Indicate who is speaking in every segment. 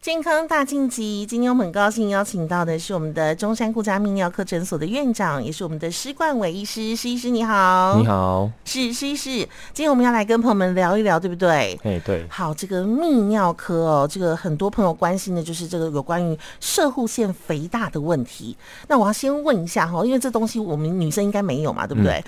Speaker 1: 健康大晋级，今天我们很高兴邀请到的是我们的中山顾家泌尿科诊所的院长，也是我们的施冠伟医师。施医师你好，
Speaker 2: 你，好，
Speaker 1: 是施医师。今天我们要来跟朋友们聊一聊，对不对？
Speaker 2: 哎，对，
Speaker 1: 好，这个泌尿科哦，这个很多朋友关心的就是这个有关于射护腺肥大的问题。那我要先问一下哈，因为这东西我们女生应该没有嘛，对不对？
Speaker 2: 嗯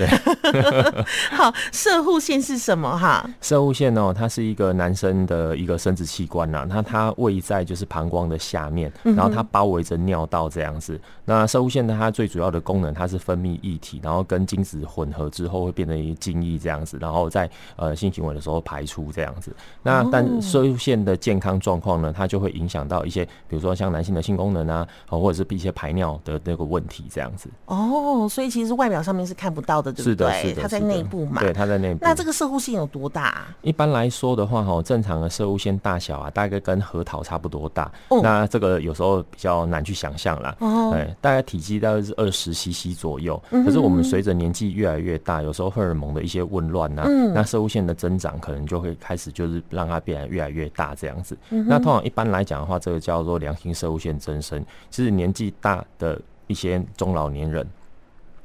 Speaker 2: 对，
Speaker 1: 好，射护腺是什么哈？
Speaker 2: 射物腺哦，它是一个男生的一个生殖器官呐、啊那它位在就是膀胱的下面，
Speaker 1: 嗯
Speaker 2: 然后它包围着尿道这样子。那射物腺呢，它最主要的功能，它是分泌液体，然后跟精子混合之后会变成一个精液这样子，然后在呃性行为的时候排出这样子。
Speaker 1: 哦
Speaker 2: 那但射物腺的健康状况呢，它就会影响到一些，比如说像男性的性功能啊，哦或者是一些排尿的那个问题这样子。
Speaker 1: 哦，所以其实外表上面是看不到的，对不
Speaker 2: 是的，
Speaker 1: 对？
Speaker 2: 是的，
Speaker 1: 它在
Speaker 2: 是的
Speaker 1: 内部嘛。
Speaker 2: 对，它在内部。
Speaker 1: 那这个射护腺有多大啊、
Speaker 2: 一般来说的话，哈，正常的射物线大小啊，大概跟核桃差不多大。
Speaker 1: 哦
Speaker 2: 那这个有时候比较难去想象啦。
Speaker 1: 哦嗯
Speaker 2: 对，哎大概体积大概是二十 CC 左右。可是我们随着年纪越来越大，有时候荷尔蒙的一些紊乱呐、
Speaker 1: 嗯
Speaker 2: 那射物线的增长可能就会开始就是让它变得越来越大这样子。
Speaker 1: 嗯
Speaker 2: 那通常一般来讲的话，这个叫做良性射物线增生，其实年纪大的一些中老年人。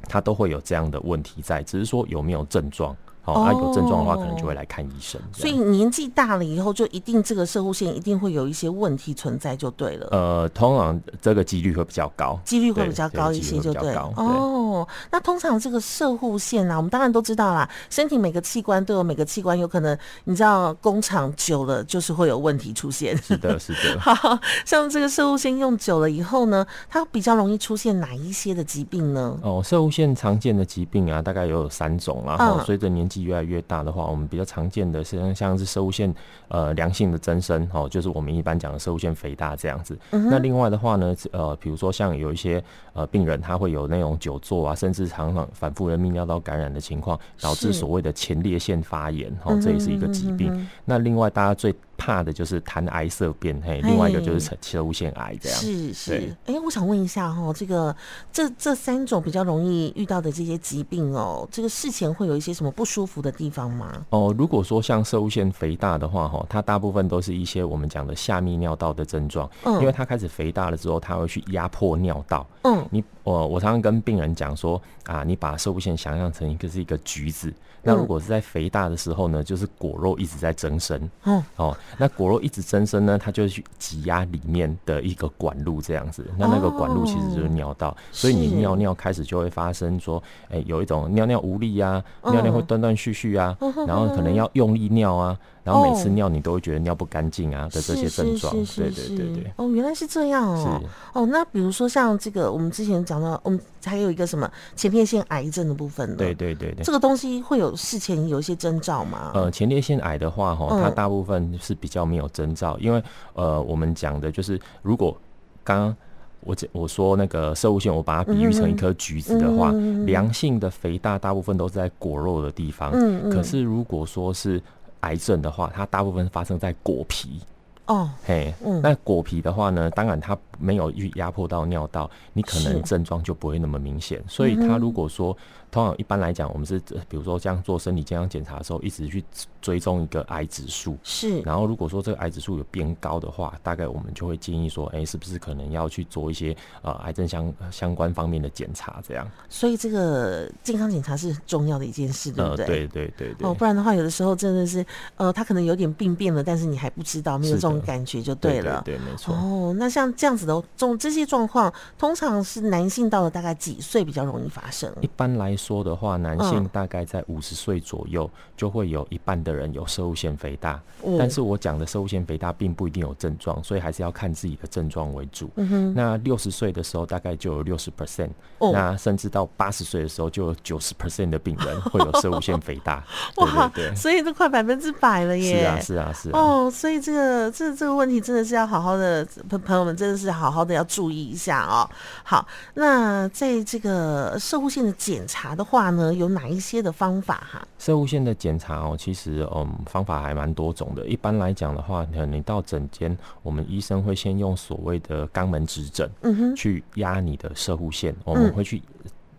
Speaker 2: 他都会有这样的问题在，只是说有没有症状。好、哦，啊，有症状的话，可能就会来看医生。这
Speaker 1: 所
Speaker 2: 样
Speaker 1: 以年纪大了以后，就一定这个射护腺一定会有一些问题存在，就对了。
Speaker 2: 呃，通常这个几率会比较高，
Speaker 1: 几率会
Speaker 2: 对
Speaker 1: 比较
Speaker 2: 对
Speaker 1: 高一
Speaker 2: 几率
Speaker 1: 些，
Speaker 2: 会
Speaker 1: 就
Speaker 2: 比较
Speaker 1: 对
Speaker 2: 高
Speaker 1: 哦。那通常这个射护腺啊呢、我们当然都知道啦，身体每个器官都有每个器官有可能，你知道工厂久了就是会有问题出现。
Speaker 2: 是的，是的。
Speaker 1: 好，像这个射护腺用久了以后呢，它比较容易出现哪一些的疾病呢？
Speaker 2: 哦，射物腺常见的疾病啊，大概也有三种啦。然后
Speaker 1: 嗯
Speaker 2: 随着年纪越来越大的话，我们比较常见的像像是射物腺呃良性的增生，哦，就是我们一般讲的射物腺肥大这样子。
Speaker 1: 嗯
Speaker 2: 那另外的话呢，呃，比如说像有一些呃病人，他会有那种久坐啊，甚至常常反复的泌尿道感染的情况，导致
Speaker 1: 是嗯
Speaker 2: 所谓的前列腺发炎，哦，这也是一个疾病。那另外大家最怕的就是痰癌色变，嘿，另外一个就是射射物腺癌这样。
Speaker 1: 是是
Speaker 2: 对，
Speaker 1: 哎、我想问一下哦，这个这这三种比较容易遇到的这些疾病哦，这个事前会有一些什么不舒服的地方吗？
Speaker 2: 哦，如果说像射物腺肥大的话，哈，它大部分都是一些我们讲的下泌尿道的症状，
Speaker 1: 嗯
Speaker 2: 因为它开始肥大了之后，它会去压迫尿道。
Speaker 1: 嗯，
Speaker 2: 你我我常常跟病人讲说啊，你把射物腺想象成一个是一个橘子，那如果是在肥大的时候呢，就是果肉一直在增生。
Speaker 1: 哦
Speaker 2: 哦，那果肉一直增生呢，它就会去挤压里面的一个管路这样子，那那个管路其实就是尿道，所以你
Speaker 1: 哦是
Speaker 2: 尿尿开始就会发生说，哎、有一种尿尿无力啊，
Speaker 1: 嗯
Speaker 2: 尿尿会断断续续啊，然后可能要用力尿啊，然后每次尿你都会觉得尿不干净啊的这些症状，
Speaker 1: 哦是是
Speaker 2: 对
Speaker 1: 是是
Speaker 2: 对对
Speaker 1: 是
Speaker 2: 对。
Speaker 1: 哦，原来是这样哦。哦，那比如说像这个，我们之前讲到，我们还有一个什么前列腺癌症的部分呢？
Speaker 2: 对，对对对
Speaker 1: 这，个东西会有事前有一些征兆吗？
Speaker 2: 呃，前列腺癌的话，哈，
Speaker 1: 嗯
Speaker 2: 它大部分是比较没有征兆，因为呃，我们讲的就是，如果刚刚我讲我说那个射物腺，我把它比喻
Speaker 1: 嗯
Speaker 2: 成一颗橘子的话，良性的肥大大部分都是在果肉的地方，
Speaker 1: 嗯嗯
Speaker 2: 可是如果说是癌症的话，它大部分发生在果皮，
Speaker 1: 哦，
Speaker 2: 嘿，
Speaker 1: 嗯
Speaker 2: 那果皮的话呢，当然它没有去压迫到尿道，你可
Speaker 1: 是嗯
Speaker 2: 能症状就不会那么明显。所以它如果说，通常一般来讲，我们是呃比如说这样做生理健康检查的时候，一直去追踪一个癌指数。
Speaker 1: 是
Speaker 2: 然后，如果说这个癌指数有变高的话，大概我们就会建议说，哎，是不是可能要去做一些呃癌症相相关方面的检查？这样，
Speaker 1: 所以这个健康检查是很重要的一件事，对不
Speaker 2: 呃，
Speaker 1: 对？
Speaker 2: 对对对对
Speaker 1: 哦，，不然的话，有的时候真的是，呃，他可能有点病变了，但是你还不知道，没有这
Speaker 2: 是的
Speaker 1: 种感觉就
Speaker 2: 对
Speaker 1: 了。
Speaker 2: 对，对没错。
Speaker 1: 哦，那像这样子的这种这些状况，通常是男性到了大概几岁比较容易发生？
Speaker 2: 一般来说的话，男性
Speaker 1: 嗯
Speaker 2: 大概在五十岁左右就会有一半的人有射物腺肥大，
Speaker 1: 哦
Speaker 2: 但是我讲的射物腺肥大并不一定有症状，所以还是要看自己的症状为主。
Speaker 1: 嗯
Speaker 2: 那六十岁的时候大概就有六十 percent，
Speaker 1: 哦
Speaker 2: 那甚至到八十岁的时候就有九十 percent 的病 人会有射物腺肥大。对
Speaker 1: 哇，
Speaker 2: 对
Speaker 1: 所以都快百分之百了
Speaker 2: 对，
Speaker 1: 耶！
Speaker 2: 是啊是啊是啊。
Speaker 1: 哦，所以这个这这个问题真的是要好好的，朋朋友们真的是好好的要注意一下哦。好，那在这个射护线的检查的话呢，有哪一些的方法哈？
Speaker 2: 射物线的检查哦，其实嗯方法还蛮多种的。一般来讲的话，呃你到诊间，我们医生会先用所谓的肛门指诊，
Speaker 1: 嗯哼，嗯
Speaker 2: 去压你的射护线，我们会去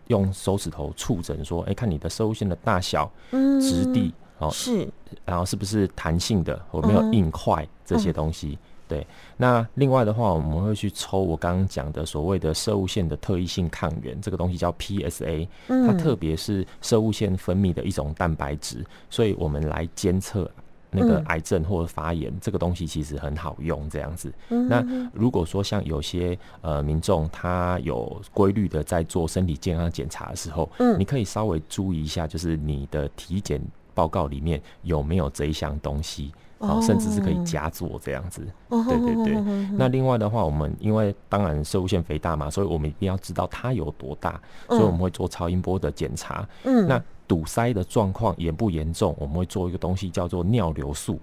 Speaker 2: 用手指头触诊，说，哎、看你的射护线的大小、
Speaker 1: 嗯，
Speaker 2: 质地，哦，
Speaker 1: 是
Speaker 2: 然后是不是弹性的，有没有硬块这些东西。对，那另外的话，我们会去抽我刚刚讲的所谓的射物腺的特异性抗原，这个东西叫 PSA，它特别是射物腺分泌的一种蛋白质，所以我们来监测那个癌症或者发炎，这个东西其实很好用这样子。那如果说像有些呃民众他有规律的在做身体健康检查的时候，你可以稍微注意一下，就是你的体检报告里面有没有这一项东西。哦，甚至是可以加做这样子，
Speaker 1: 哦
Speaker 2: 对对对。那另外的话，我们因为当然射物腺肥大嘛，所以我们一定要知道它有多大，所以我们会做超音波的检查。
Speaker 1: 嗯
Speaker 2: 那堵塞的状况严不严重，我们会做一个东西叫做尿流速，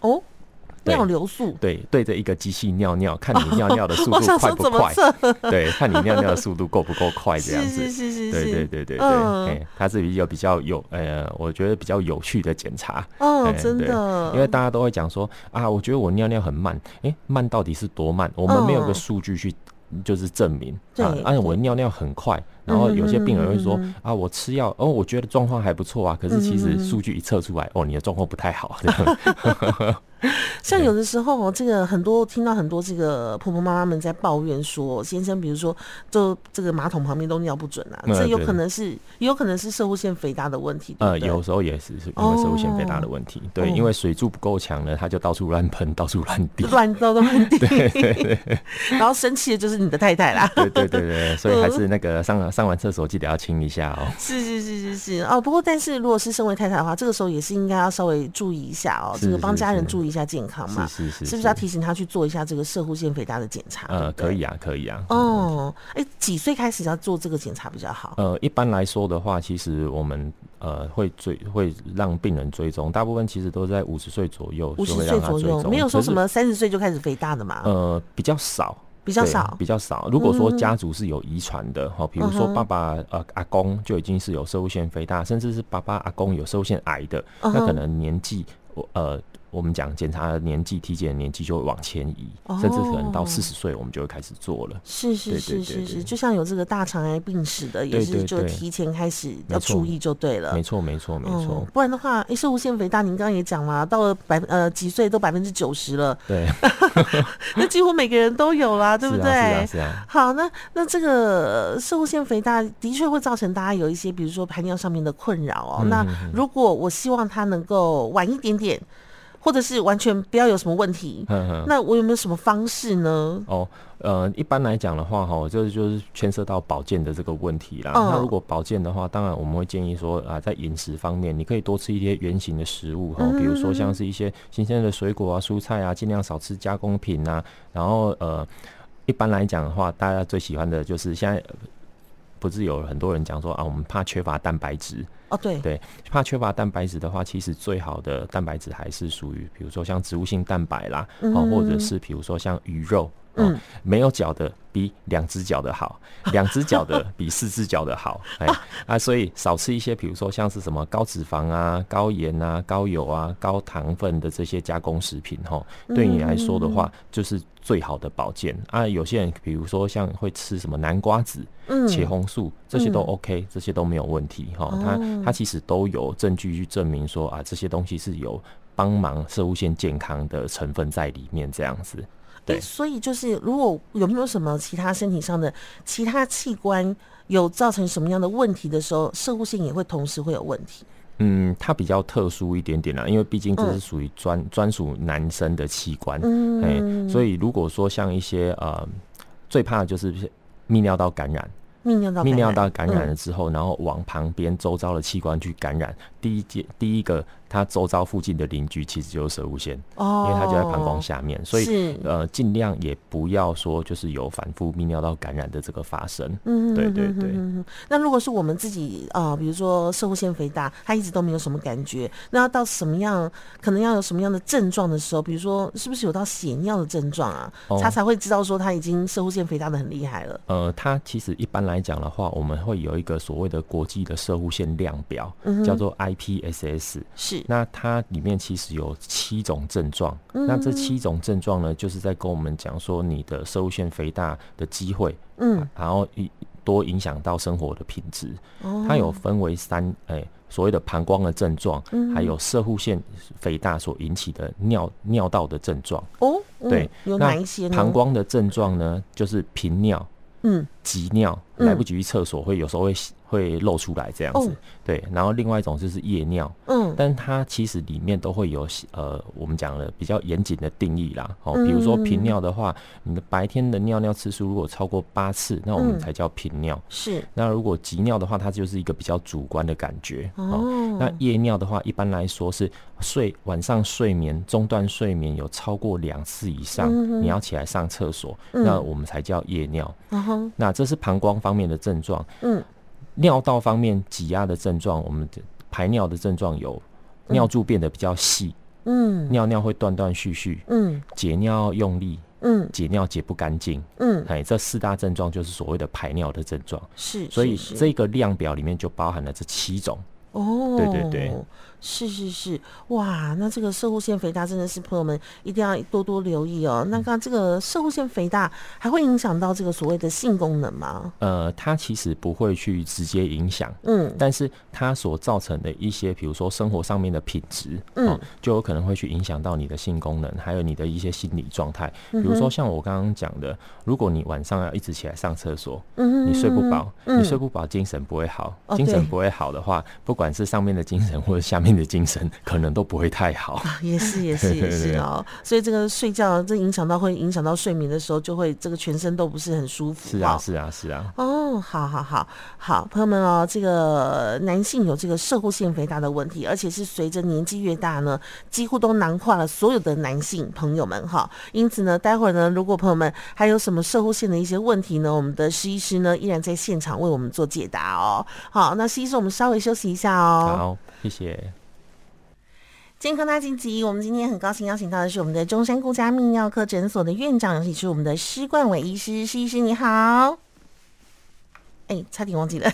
Speaker 1: 哦，
Speaker 2: 对
Speaker 1: 尿流速，
Speaker 2: 对，对着一个机器尿尿，看你尿尿的 速
Speaker 1: 我
Speaker 2: 度
Speaker 1: 想
Speaker 2: 快
Speaker 1: 说
Speaker 2: 不
Speaker 1: 怎么
Speaker 2: 快，
Speaker 1: 测？
Speaker 2: 对，看你尿尿的速度够不够快这样
Speaker 1: 是
Speaker 2: 子。
Speaker 1: 是是是是，
Speaker 2: 对对对对对，
Speaker 1: 嗯
Speaker 2: 哎、它是一个比较有呃，我觉得比较有趣的检查。
Speaker 1: 哦，
Speaker 2: 哎
Speaker 1: 真
Speaker 2: 对
Speaker 1: 的，
Speaker 2: 因为大家都会讲说啊，我觉得我尿尿很慢，诶，慢到底是多慢？我们没有一个
Speaker 1: 嗯
Speaker 2: 数据去就是证明
Speaker 1: 对
Speaker 2: 啊，而且我尿尿很快。然后有些病人会说
Speaker 1: 嗯嗯嗯
Speaker 2: 啊，我吃药哦，我觉得状况还不错啊，可是其
Speaker 1: 嗯嗯
Speaker 2: 实
Speaker 1: 嗯
Speaker 2: 数据一测出来，哦，你的状况不太 好。这样
Speaker 1: 像有的时候，这个很多听到很多这个婆婆妈妈们在抱怨说，先生比如说就这个马桶旁边都尿不准啊，
Speaker 2: 嗯
Speaker 1: 这有
Speaker 2: 对
Speaker 1: 可能是也有可能是射物腺肥大的问题，对
Speaker 2: 呃，
Speaker 1: 不对？哦
Speaker 2: 有时候也是是因为射物腺肥大的问题，对，因为水柱不够强呢，它就到处 乱喷，到处乱滴。
Speaker 1: 乱到 乱地， 然后生气的就是你的太太啦。
Speaker 2: 对对对对，所以还是那个上了上完厕所记得要清一下哦。
Speaker 1: 是是是是是哦，不过但是如果是身为太太的话，这个时候也是应该要稍微注意一下哦，
Speaker 2: 是
Speaker 1: 这个帮
Speaker 2: 是
Speaker 1: 家人
Speaker 2: 是
Speaker 1: 注意一下健康嘛，
Speaker 2: 是是是，
Speaker 1: 不是要提醒他去做一下这个射护腺肥大的检查？
Speaker 2: 呃，
Speaker 1: 对不对
Speaker 2: 可以啊，可以啊。
Speaker 1: 哦，哎，几岁开始要做这个检查比较好？
Speaker 2: 呃，一般来说的话，其实我们呃会追会让病人追踪，大部分其实都在五十岁左右
Speaker 1: 五十
Speaker 2: 就会
Speaker 1: 岁
Speaker 2: 让他
Speaker 1: 左
Speaker 2: 追
Speaker 1: 右，
Speaker 2: 踪，
Speaker 1: 没有说
Speaker 2: 可是
Speaker 1: 什么三十岁就开始肥大的嘛，
Speaker 2: 呃比较少。
Speaker 1: 比较
Speaker 2: 对
Speaker 1: 少嗯
Speaker 2: 比较少。如果说家族是有遗传的，哈、比如说爸爸、呃阿公就已经是有射物腺肥大，甚至是爸爸阿公有射物腺癌的，
Speaker 1: 嗯哼
Speaker 2: 那可能年纪我呃我们讲检查的年纪、体检的年纪就会往前移，
Speaker 1: 哦
Speaker 2: 甚至可能到四十岁我们就会开始做了。
Speaker 1: 是是
Speaker 2: 对
Speaker 1: 是
Speaker 2: 对对
Speaker 1: 是
Speaker 2: 对
Speaker 1: 是，就像有这个大肠癌病史的，也
Speaker 2: 对
Speaker 1: 是
Speaker 2: 对
Speaker 1: 就
Speaker 2: 对
Speaker 1: 提前开始要
Speaker 2: 没错
Speaker 1: 注意就对了
Speaker 2: 没。错，没错，没错。
Speaker 1: 呃嗯，不然的话，诶，射无腺肥大，您刚刚也讲了，到了百呃几岁都百分之九十了，
Speaker 2: 对，
Speaker 1: 那几乎每个人都有啦，对不对？
Speaker 2: 是啊，是啊，是啊。
Speaker 1: 好，那那这个射物腺肥大的确会造成大家有一些，比如说排尿上面的困扰
Speaker 2: 嗯
Speaker 1: 哦。那如果我希望它能够晚一点点，或者是完全不要有什么问题，
Speaker 2: 嗯哼哼
Speaker 1: 那我有没有什么方式呢？
Speaker 2: 哦，呃，一般来讲的话，哈，就是就是牵涉到保健的这个问题啦。
Speaker 1: 嗯
Speaker 2: 那如果保健的话，当然我们会建议说啊，在饮食方面，你可以多吃一些原形的食物哈，比如说像是一些新鲜的水果啊、蔬菜啊，尽量少吃加工品啊。然后呃，一般来讲的话，大家最喜欢的就是现在。呃不是有很多人讲说啊，我们怕缺乏蛋白质，
Speaker 1: 哦，对，
Speaker 2: 对，怕缺乏蛋白质的话，其实最好的蛋白质还是属于，比如说像植物性蛋白啦，哦，或者是比如说像鱼肉，哦、
Speaker 1: 嗯
Speaker 2: 没有脚的比两只脚的好，两只脚的比四只脚的好，哎啊，所以少吃一些，比如说像是什么高脂肪啊、高盐啊、高油啊、高糖分的这些加工食品，哈、对你来说的话，就是最好的保健啊。有些人比如说像会吃什么南瓜子，
Speaker 1: 嗯
Speaker 2: 茄红素这些都 OK，、这些都没有问题哈。它它其实都有证据去证明说啊，这些东西是有帮忙射物腺健康的成分在里面这样子。
Speaker 1: 诶
Speaker 2: 对
Speaker 1: 所以就是如果有没有什么其他身体上的其他器官有造成什么样的问题的时候，射物腺也会同时会有问题。
Speaker 2: 嗯，它比较特殊一点点啊啦，因为毕竟这是属于专专属男生的器官，哎、所以如果说像一些呃，最怕的就是泌尿道感染，
Speaker 1: 泌尿道感
Speaker 2: 泌
Speaker 1: 染嗯
Speaker 2: 尿道感染了之后，然后往旁边周遭的器官去感染，第一件第一个，它周遭附近的邻居其实就是射物腺，
Speaker 1: 哦，
Speaker 2: 因为它就在膀胱下面，所以
Speaker 1: 是
Speaker 2: 呃，尽量也不要说就是有反复泌尿道感染的这个发生。
Speaker 1: 嗯，
Speaker 2: 对对对
Speaker 1: 嗯哼那如果是我们自己啊、呃比如说射物腺肥大，他一直都没有什么感觉，那要到什么样，可能要有什么样的症状的时候，比如说是不是有到血尿的症状啊，
Speaker 2: 哦
Speaker 1: 他才会知道说他已经射物腺肥大的很厉害了。
Speaker 2: 呃，它其实一般来讲的话，我们会有一个所谓的国际的射物线量表，
Speaker 1: 嗯
Speaker 2: 叫做 IPSS。
Speaker 1: 是，
Speaker 2: 那它里面其实有七种症状，
Speaker 1: 嗯
Speaker 2: 那这七种症状呢，就是在跟我们讲说你的射物腺肥大的机会，
Speaker 1: 嗯，
Speaker 2: 然后一多影响到生活的品质。
Speaker 1: 哦
Speaker 2: 它有分为三，哎、所谓的膀胱的症状，
Speaker 1: 嗯
Speaker 2: 还有射护腺肥大所引起的尿尿道的症状。
Speaker 1: 哦，嗯
Speaker 2: 对
Speaker 1: 有
Speaker 2: 那
Speaker 1: 哪一些呢？
Speaker 2: 膀胱的症状呢，就是频尿、
Speaker 1: 嗯，
Speaker 2: 急尿，
Speaker 1: 嗯
Speaker 2: 来不及去厕所，会有时候会会漏出来这样子。
Speaker 1: 哦
Speaker 2: 对，然后另外一种就是夜尿，
Speaker 1: 嗯
Speaker 2: 但它其实里面都会有呃，我们讲的比较严谨的定义啦。哦，比如说频尿的话，你的白天的尿尿次数如果超过八次，那我
Speaker 1: 嗯
Speaker 2: 们才叫频尿。
Speaker 1: 是
Speaker 2: 那如果急尿的话，它就是一个比较主观的感觉。哦，
Speaker 1: 哦，
Speaker 2: 那夜尿的话，一般来说是睡晚上睡眠中断睡眠有超过两次以上，
Speaker 1: 嗯
Speaker 2: 你要起来上厕所，那我们才叫夜尿。
Speaker 1: 然后
Speaker 2: 那这是膀胱方面的症状。
Speaker 1: 嗯，
Speaker 2: 尿道方面挤压的症状，我们的排尿的症状有尿柱变得比较细，
Speaker 1: 嗯
Speaker 2: 尿尿会断断续续，
Speaker 1: 嗯
Speaker 2: 解尿用力，
Speaker 1: 嗯
Speaker 2: 解尿解不干净。
Speaker 1: 嗯，
Speaker 2: 哎，这四大症状就是所谓的排尿的症状。
Speaker 1: 是，
Speaker 2: 所以
Speaker 1: 是是
Speaker 2: 这个量表里面就包含了这七种。
Speaker 1: 哦，
Speaker 2: 对对对，
Speaker 1: 是是是，哇，那这个射护腺肥大真的是朋友们一定要多多留意
Speaker 2: 嗯
Speaker 1: 哦。那刚这个射护腺肥大还会影响到这个所谓的性功能吗？
Speaker 2: 呃，它其实不会去直接影响，
Speaker 1: 嗯
Speaker 2: 但是它所造成的一些，比如说生活上面的品质，
Speaker 1: 嗯
Speaker 2: 哦就有可能会去影响到你的性功能，还有你的一些心理状态。
Speaker 1: 嗯
Speaker 2: 比如说像我刚刚讲的，如果你晚上要一直起来上厕所，
Speaker 1: 嗯，
Speaker 2: 你睡不饱，
Speaker 1: 嗯
Speaker 2: 你睡不饱，精神不会好
Speaker 1: 哦，
Speaker 2: 精神
Speaker 1: 对
Speaker 2: 不会好的话，不管是上面的精神 或者下面的精神，可能都不会太好。
Speaker 1: 也是也是也
Speaker 2: 对对
Speaker 1: 是
Speaker 2: 对
Speaker 1: 哦，所以这个睡觉这影响到会影响到睡眠的时候，就会这个全身都不是很舒服、哦。
Speaker 2: 是啊，是啊，是啊。
Speaker 1: 哦，好好好好，朋友们哦，这个男性有这个射后腺肥大的问题，而且是随着年纪越大呢，几乎都囊括了所有的男性朋友们哈。因此呢，待会儿呢，如果朋友们还有什么射后腺的一些问题呢，我们的施医师呢依然在现场为我们做解答哦。好，那施医师，我们稍微休息一下哦。
Speaker 2: 好，谢谢。
Speaker 1: 健康大晋级，我们今天很高兴邀请到的是我们的中山顾家泌尿科诊所的院长，也是我们的施冠伟医师。施医师你好，哎，差点忘记了，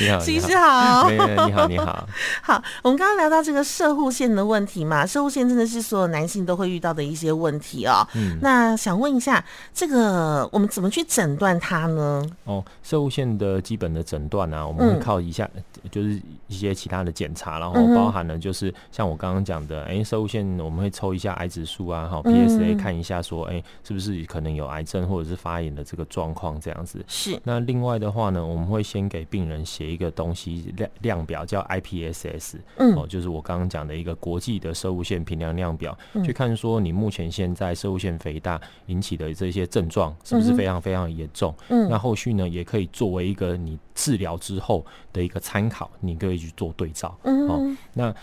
Speaker 2: 你好，
Speaker 1: 施医
Speaker 2: 你好
Speaker 1: 师。好。
Speaker 2: 没有，你好，你好。
Speaker 1: 好，我们刚刚聊到这个射护线的问题嘛，射护线真的是所有男性都会遇到的一些问题哦。
Speaker 2: 嗯
Speaker 1: 那想问一下，这个我们怎么去诊断它呢？
Speaker 2: 哦，射物线的基本的诊断啊，我们
Speaker 1: 嗯
Speaker 2: 会靠一下，就是一些其他的检查，然后
Speaker 1: 嗯哼
Speaker 2: 包含了就是像我刚刚讲的，哎、射物线我们会抽一下癌指数啊，好
Speaker 1: 嗯
Speaker 2: PSA 看一下说，哎、是不是可能有癌症或者是发炎的这个状况这样子。
Speaker 1: 是，
Speaker 2: 那另外的话呢，我们会先给病人写一个东西量量表，叫 IPSS，
Speaker 1: 嗯
Speaker 2: 哦，就是我刚刚讲的一个国际的射物线评量量表，
Speaker 1: 嗯
Speaker 2: 去看说你目前现在射物线肥大引起的这些症状是不是非常非常严重。
Speaker 1: 嗯
Speaker 2: 那后续呢，也可以作为一个你治疗之后的一个参考，你可以去做对照。
Speaker 1: 嗯
Speaker 2: 哦那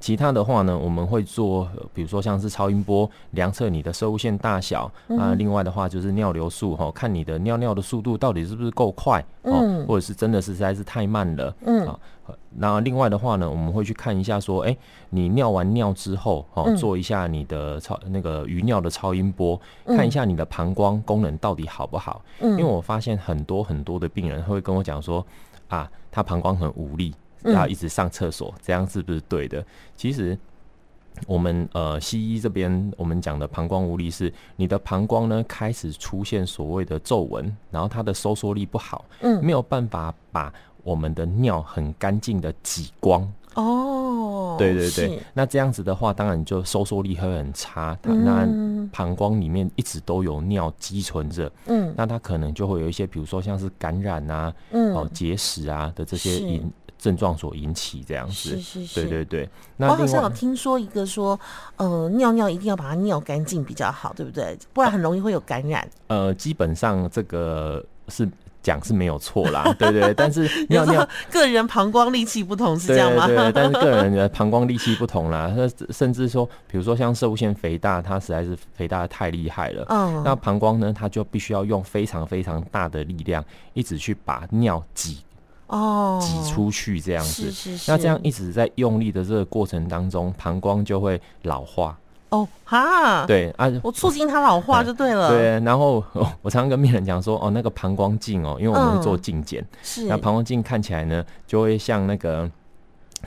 Speaker 2: 其他的话呢，我们会做，呃比如说像是超音波量测你的射物线大小，
Speaker 1: 嗯
Speaker 2: 啊、另外的话就是尿流速哈、哦，看你的尿尿的速度到底是不是够快哦，
Speaker 1: 嗯
Speaker 2: 或者是真的是实在是太慢了，
Speaker 1: 嗯
Speaker 2: 啊。呃那另外的话呢，我们会去看一下说，哎、你尿完尿之后哦，做一下你的超那个余尿的超音波，看一下你的膀胱功能到底好不好，因为我发现很多很多的病人会跟我讲说，啊，他膀胱很无力，
Speaker 1: 嗯
Speaker 2: 要一直上厕所，这样是不是对的？其实。我们呃，西医这边我们讲的膀胱无力是你的膀胱呢开始出现所谓的皱纹，然后它的收缩力不好，
Speaker 1: 嗯
Speaker 2: 没有办法把我们的尿很干净的挤光，
Speaker 1: 哦，
Speaker 2: 对对对
Speaker 1: 是，，
Speaker 2: 那这样子的话，当然就收缩力会很差，它那
Speaker 1: 嗯
Speaker 2: 膀胱里面一直都有尿积存着，
Speaker 1: 嗯
Speaker 2: 那它可能就会有一些，比如说像是感染啊、哦
Speaker 1: 嗯，
Speaker 2: 结石啊的这些
Speaker 1: 是
Speaker 2: 引症状所引起这样子
Speaker 1: 是。是是，
Speaker 2: 对对对，
Speaker 1: 我
Speaker 2: 那
Speaker 1: 好
Speaker 2: 另
Speaker 1: 像
Speaker 2: 外
Speaker 1: 有听说一个说，呃，尿尿一定要把它尿干净比较好，对不对？不
Speaker 2: 啊
Speaker 1: 然很容易会有感染。
Speaker 2: 呃，基本上这个是讲是没有错 啦，对对，对但是
Speaker 1: 有
Speaker 2: 尿
Speaker 1: 时
Speaker 2: 尿
Speaker 1: 候 个人膀胱力气不同是
Speaker 2: 对
Speaker 1: 这样吗？
Speaker 2: 对对，但是个人的膀胱力气不同啦，那甚至说，比如说像射物腺肥大，它实在是肥大的太厉害了。
Speaker 1: 嗯，
Speaker 2: 那膀胱呢，它就必须要用非常非常大的力量，一直去把尿挤
Speaker 1: 哦，
Speaker 2: 挤出去这样子。
Speaker 1: 是是是，
Speaker 2: 那这样一直在用力的这个过程当中，膀胱就会老化。
Speaker 1: 哦哈，，
Speaker 2: 对啊，
Speaker 1: 我促进它老化就对了，，
Speaker 2: 对。然后哦我常常跟病人讲说，哦，那个膀
Speaker 1: 嗯
Speaker 2: 胱镜哦，因为我们会做镜检，
Speaker 1: 是
Speaker 2: 那膀胱镜看起来呢，就会像那个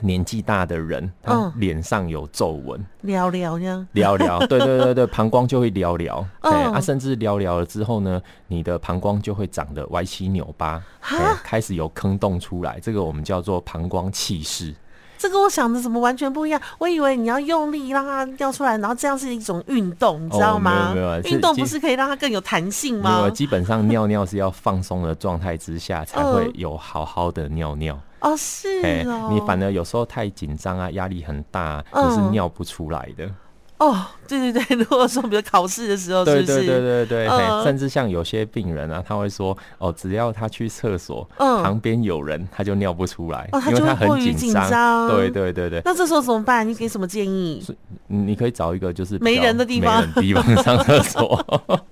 Speaker 2: 年纪大的人，他
Speaker 1: 嗯
Speaker 2: 脸上有皱纹，
Speaker 1: 聊聊这样，
Speaker 2: 聊 聊，对对对对，膀胱就会聊聊，哎、
Speaker 1: 嗯
Speaker 2: 啊，甚至聊聊了之后呢，你的膀胱就会长得歪七扭八，哎、
Speaker 1: 哈
Speaker 2: 开始有坑洞出来，这个我们叫做膀胱气室。
Speaker 1: 这跟我想的怎么完全不一样？我以为你要用力让它掉出来，然后这样是一种运动，你知道吗？
Speaker 2: 哦没有没有是
Speaker 1: 运动
Speaker 2: 基
Speaker 1: 不是可以让它更有弹性
Speaker 2: 那
Speaker 1: 吗
Speaker 2: 么？基本上尿尿是要放松的状态之下，才
Speaker 1: 嗯
Speaker 2: 会有好好的尿尿。
Speaker 1: 哦，是
Speaker 2: 哎、
Speaker 1: 哦，
Speaker 2: 你反而有时候太紧张啊，压力很大、啊，
Speaker 1: 嗯
Speaker 2: 你是尿不出来的。
Speaker 1: 哦，对对对， 如果说比如考试的时候，哦是
Speaker 2: 对
Speaker 1: 不是？
Speaker 2: 对对对对，嘿
Speaker 1: 嗯
Speaker 2: 甚至像有些病人啊，他会说哦，只要他去厕所，
Speaker 1: 嗯
Speaker 2: 旁边有人，他就尿不出来，
Speaker 1: 哦他
Speaker 2: 因为
Speaker 1: 就
Speaker 2: 他
Speaker 1: 会过
Speaker 2: 很
Speaker 1: 于紧
Speaker 2: 紧张。
Speaker 1: 张
Speaker 2: 对对对对，
Speaker 1: 那这时候怎么办？你给什么建议？
Speaker 2: 嗯你可以找一个就是比
Speaker 1: 没
Speaker 2: 较
Speaker 1: 人的地方
Speaker 2: 没人的地方上 厕所。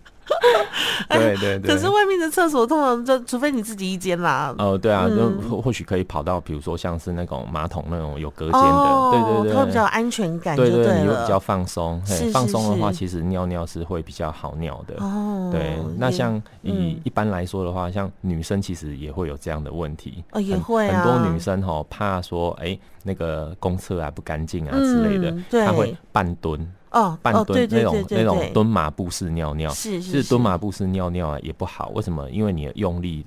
Speaker 2: 对对对。
Speaker 1: 哎可是外面的厕所通常就除非你自己一间啦。
Speaker 2: 哦，对啊，就
Speaker 1: 嗯
Speaker 2: 或或许可以跑到，比如说像是那种马桶那种有隔间的，
Speaker 1: 哦，
Speaker 2: 对对
Speaker 1: 它会
Speaker 2: 对
Speaker 1: 比较有安全感，就
Speaker 2: 对对，
Speaker 1: 了。
Speaker 2: 你会比较放松。嘿
Speaker 1: 是是
Speaker 2: 放松的话，
Speaker 1: 是
Speaker 2: 其实尿尿是会比较好尿的。
Speaker 1: 哦，
Speaker 2: 对，那
Speaker 1: 也
Speaker 2: 像以
Speaker 1: 嗯
Speaker 2: 一般来说的话，像女生其实也会有这样的问题。
Speaker 1: 哦也
Speaker 2: 很
Speaker 1: 会啊，
Speaker 2: 很多女生哈怕说，哎、那个公厕啊不干净啊之类的
Speaker 1: 嗯，对
Speaker 2: 她会半蹲、
Speaker 1: 哦
Speaker 2: 半
Speaker 1: 哦
Speaker 2: 蹲、
Speaker 1: 对对
Speaker 2: 那
Speaker 1: 对
Speaker 2: 种
Speaker 1: 对
Speaker 2: 那种
Speaker 1: 对
Speaker 2: 蹲马步式尿尿。
Speaker 1: 是
Speaker 2: 其
Speaker 1: 是
Speaker 2: 实蹲马步式尿尿啊也不好，为什么？因为你的用力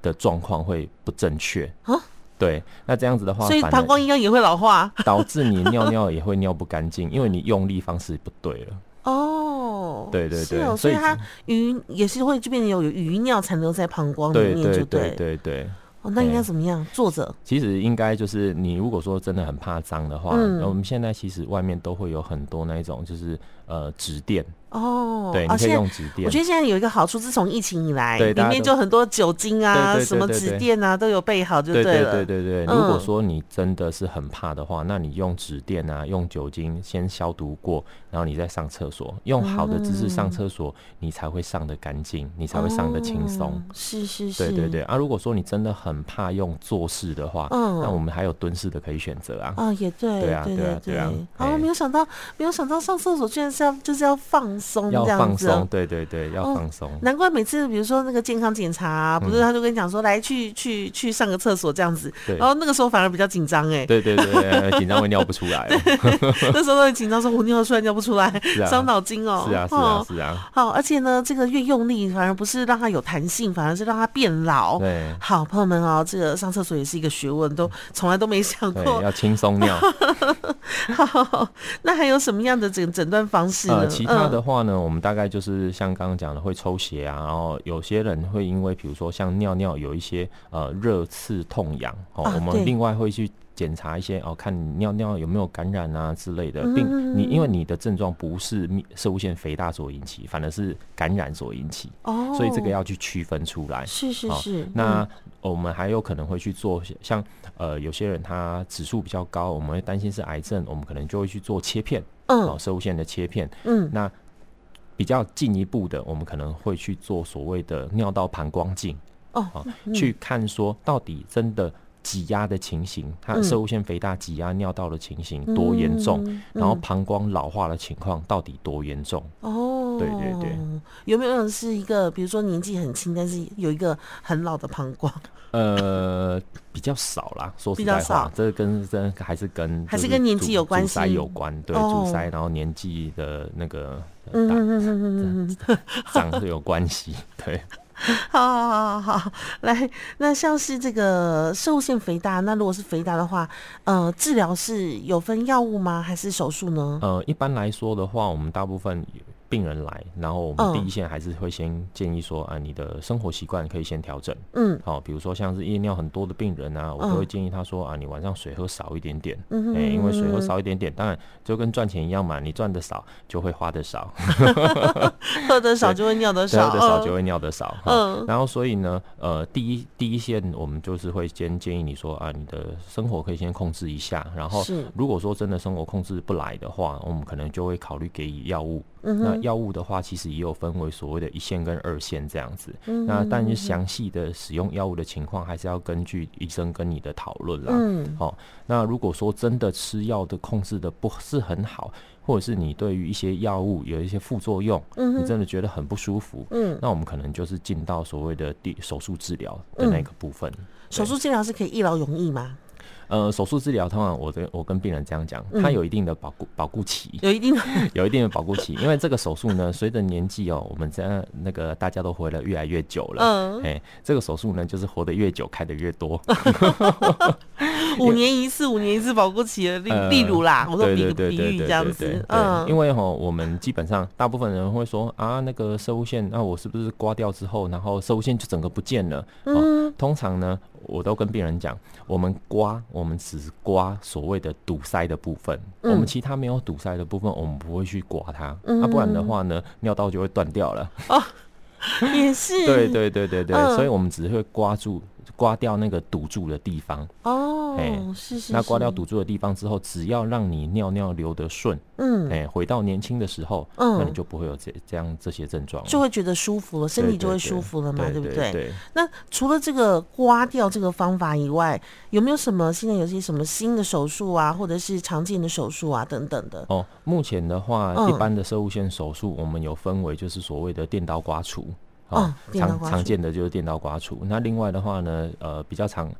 Speaker 2: 的状况会不正确
Speaker 1: 啊。
Speaker 2: 对，那这样子的话，
Speaker 1: 所以
Speaker 2: 反
Speaker 1: 膀胱
Speaker 2: 而
Speaker 1: 应该也会老化啊
Speaker 2: 导致你尿尿也会尿不干净，因为你用力方式不对了。
Speaker 1: 哦。
Speaker 2: 对对
Speaker 1: 是
Speaker 2: 对
Speaker 1: 哦，所
Speaker 2: 所
Speaker 1: 以
Speaker 2: 以
Speaker 1: 它余也是会就变成有余尿残留在膀胱里
Speaker 2: 对
Speaker 1: 面，嗯就
Speaker 2: 对对
Speaker 1: 对。
Speaker 2: 对对。
Speaker 1: 哦，那应该
Speaker 2: 哎
Speaker 1: 怎么样？坐着
Speaker 2: 其实应该就是你如果说真的很怕脏的话，
Speaker 1: 嗯
Speaker 2: 那我们现在其实外面都会有很多那一种就是呃纸垫，
Speaker 1: 哦，
Speaker 2: 对，
Speaker 1: 哦
Speaker 2: 你可以
Speaker 1: 现在
Speaker 2: 用纸垫。
Speaker 1: 我觉得现在有一个好处，自从疫情以来，
Speaker 2: 对
Speaker 1: 里
Speaker 2: 大家
Speaker 1: 面
Speaker 2: 都
Speaker 1: 就很多酒精啊、
Speaker 2: 对对对
Speaker 1: 什么
Speaker 2: 对
Speaker 1: 纸
Speaker 2: 对
Speaker 1: 垫啊，都有备好就
Speaker 2: 对
Speaker 1: 了。
Speaker 2: 对对对，
Speaker 1: 嗯
Speaker 2: 如果说你真的是很怕的话，那你用纸垫啊，用酒精先消毒过，然后你再上厕所，用好的姿势上厕所，你才会上得干净，你才会上得轻松
Speaker 1: 哦。是是是，
Speaker 2: 对对对，啊，如果说你真的很怕用坐式的话，
Speaker 1: 嗯
Speaker 2: 那我们还有蹲式的可以选择啊。
Speaker 1: 啊，也对，
Speaker 2: 对啊
Speaker 1: 对
Speaker 2: 对啊
Speaker 1: 对
Speaker 2: 对啊
Speaker 1: 哦，
Speaker 2: 哎
Speaker 1: 没有想到，没有想到上厕所居然是要就是要放松
Speaker 2: 要
Speaker 1: 这样
Speaker 2: 放
Speaker 1: 子
Speaker 2: 松，
Speaker 1: 哦。
Speaker 2: 对对对，要
Speaker 1: 哦
Speaker 2: 放松。
Speaker 1: 难怪每次比如说那个健康检查啊、不是他就跟你讲说来去去去上个厕所这样子，
Speaker 2: 嗯对
Speaker 1: 然后那个时候反而比较紧张哎，
Speaker 2: 对对对，紧张会尿不出 来哦。
Speaker 1: 那时候都很紧张，说我尿出来尿不出来，
Speaker 2: 啊
Speaker 1: 伤脑筋哦。
Speaker 2: 是啊，是
Speaker 1: 哦
Speaker 2: 啊，是啊，
Speaker 1: 好，而且呢，这个越用力，反而不是让它有弹性，反而是让它变老。
Speaker 2: 对
Speaker 1: 好，朋友们哦，这个上厕所也是一个学问，都从来都没想
Speaker 2: 对，
Speaker 1: 过。
Speaker 2: 要轻松 尿。
Speaker 1: 好，那还有什么样的嗯诊诊断方式呢？
Speaker 2: 呃，其他的话呢，我们大概就是像刚刚讲的会抽血啊，然后有些人会因为比如说像尿尿有一些呃热刺痛痒哦，
Speaker 1: 啊对
Speaker 2: 我们另外会去。检查一些哦，看你尿尿有没有感染啊之类的，
Speaker 1: 嗯
Speaker 2: 并你因为你的症状不是泌射物腺肥大所引起，反而是感染所引起，
Speaker 1: 嗯、哦，
Speaker 2: 所以这个要去区分出来。
Speaker 1: 是是
Speaker 2: 好
Speaker 1: 是，
Speaker 2: 那我们还有可能会去做像呃有些人他指数比较高，我们会担心是癌症，我们可能就会去做切片，哦，
Speaker 1: 嗯
Speaker 2: 射物线的切片。
Speaker 1: 嗯
Speaker 2: 那比较进一步的，我们可能会去做所谓的尿道膀胱镜，
Speaker 1: 哦
Speaker 2: 哦，去看说到底真的挤压的情形，它
Speaker 1: 嗯
Speaker 2: 射物腺肥大挤压尿道的情形多严重，
Speaker 1: 嗯
Speaker 2: 然后
Speaker 1: 嗯
Speaker 2: 膀胱老化的情况到底多严重？
Speaker 1: 哦，
Speaker 2: 对对对，
Speaker 1: 有没有人是一个，比如说年纪很轻，但是有一个很老的膀 胱，
Speaker 2: 呃，比较少 啦，说实
Speaker 1: 比较
Speaker 2: 在
Speaker 1: 少
Speaker 2: 话，这跟真还是跟
Speaker 1: 还
Speaker 2: 就是
Speaker 1: 跟年纪
Speaker 2: 阻
Speaker 1: 有关
Speaker 2: 阻塞
Speaker 1: 系
Speaker 2: 有关，对，
Speaker 1: 哦
Speaker 2: 阻塞，然后年纪的那个
Speaker 1: 嗯
Speaker 2: 大
Speaker 1: 嗯嗯嗯嗯嗯，
Speaker 2: 长是有关系， 对，
Speaker 1: 好好好好好，来，那像是这个射物腺肥大，那如果是肥大的话，呃，治疗是有分药物吗？还是手术呢？
Speaker 2: 呃，一般来说的话，我们大部分病人来，然后我
Speaker 1: 嗯
Speaker 2: 们第一线还是会先建议说，啊，你的生活习惯可以先调整。
Speaker 1: 嗯
Speaker 2: 好、比如说像是夜尿很多的病人啊，我都会
Speaker 1: 嗯
Speaker 2: 建议他说啊，你晚上水喝少一点点，
Speaker 1: 嗯哼
Speaker 2: 哎、因为水喝
Speaker 1: 嗯
Speaker 2: 少一点点，当然就跟赚钱一样嘛，你赚的少就会花的少，
Speaker 1: 嗯喝得少就会尿 得
Speaker 2: 喝
Speaker 1: 少，
Speaker 2: 的少
Speaker 1: 嗯
Speaker 2: 就会尿的少。哈
Speaker 1: 嗯
Speaker 2: 然后所以呢，呃，第一第一线我们就是会先建议你说啊，你的生活可以先控制一下，然后
Speaker 1: 是
Speaker 2: 如果说真的生活控制不来的话，我们可能就会考虑给予药物。
Speaker 1: 嗯
Speaker 2: 那
Speaker 1: 哼
Speaker 2: 药物的话，其实也有分为所谓的一线跟二线这样子。
Speaker 1: 嗯
Speaker 2: 那但是
Speaker 1: 嗯
Speaker 2: 详细的使用药物的情况，还是要根据医生跟你的讨论啦。
Speaker 1: 嗯
Speaker 2: 好、那如果说真的吃药的控制的不是很好，或者是你对于一些药物有一些副作用，
Speaker 1: 嗯
Speaker 2: 你
Speaker 1: 哼
Speaker 2: 真的觉得很不舒服，
Speaker 1: 嗯，
Speaker 2: 那我们可能就是进到所谓的第手术治疗的那个部分。
Speaker 1: 嗯手术治疗是可以一劳永逸吗？
Speaker 2: 呃，手术治疗通常我跟我跟病人这样讲，
Speaker 1: 嗯
Speaker 2: 它有一定的保护保护期，
Speaker 1: 有一定的
Speaker 2: 有一定的保护期，因为这个手术呢，随着年纪哦，我们在那个大家都活得越来越久了，
Speaker 1: 嗯
Speaker 2: 哎、这个手术呢，就是活得越久，开得越多。
Speaker 1: 五年一次、五年一次保护期的，例
Speaker 2: 呃
Speaker 1: 例如啦，我说
Speaker 2: 对
Speaker 1: 比
Speaker 2: 对
Speaker 1: 个
Speaker 2: 对
Speaker 1: 比
Speaker 2: 对
Speaker 1: 喻
Speaker 2: 对
Speaker 1: 这样
Speaker 2: 对对
Speaker 1: 子
Speaker 2: 对，
Speaker 1: 嗯
Speaker 2: 因为哈，我们基本上大部分人会说啊，那个射物线，那、我是不是刮掉之后，然后射物线就整个不见了？哦、
Speaker 1: 嗯
Speaker 2: 通常呢，我都跟病人讲，我们刮，我们只刮所谓的堵塞的部分，
Speaker 1: 嗯
Speaker 2: 我们其他没有堵塞的部分，我们不会去刮它，那、不然的
Speaker 1: 嗯
Speaker 2: 话呢，尿道就会断掉 了。
Speaker 1: 也是，
Speaker 2: 对对对对对，
Speaker 1: 嗯
Speaker 2: 所以我们只会刮住。刮掉那个堵住的地方，
Speaker 1: 哦
Speaker 2: 哎，
Speaker 1: 是是，
Speaker 2: 那刮掉
Speaker 1: 是，
Speaker 2: 堵住的地方之后，只要让你尿尿流得顺，
Speaker 1: 嗯，
Speaker 2: 哎、回到年轻的时候，
Speaker 1: 嗯
Speaker 2: 那你就不会有这这样这些症状了，
Speaker 1: 就会觉得舒服了，身
Speaker 2: 对
Speaker 1: 体就
Speaker 2: 对
Speaker 1: 会
Speaker 2: 对
Speaker 1: 舒服了嘛，
Speaker 2: 对
Speaker 1: 不
Speaker 2: 对？对
Speaker 1: 那除了这个刮掉这个方法以外，有没有什么现在有些什么新的手术啊，或者是常见的手术啊等等的？
Speaker 2: 哦，目前的话，
Speaker 1: 嗯
Speaker 2: 一般的射物线手术我们有分为就是所谓的电刀刮除，
Speaker 1: 哦电刀
Speaker 2: 常
Speaker 1: 刮
Speaker 2: 常
Speaker 1: 除
Speaker 2: 见的就是电刀刮除。那另外的话呢，呃，比较常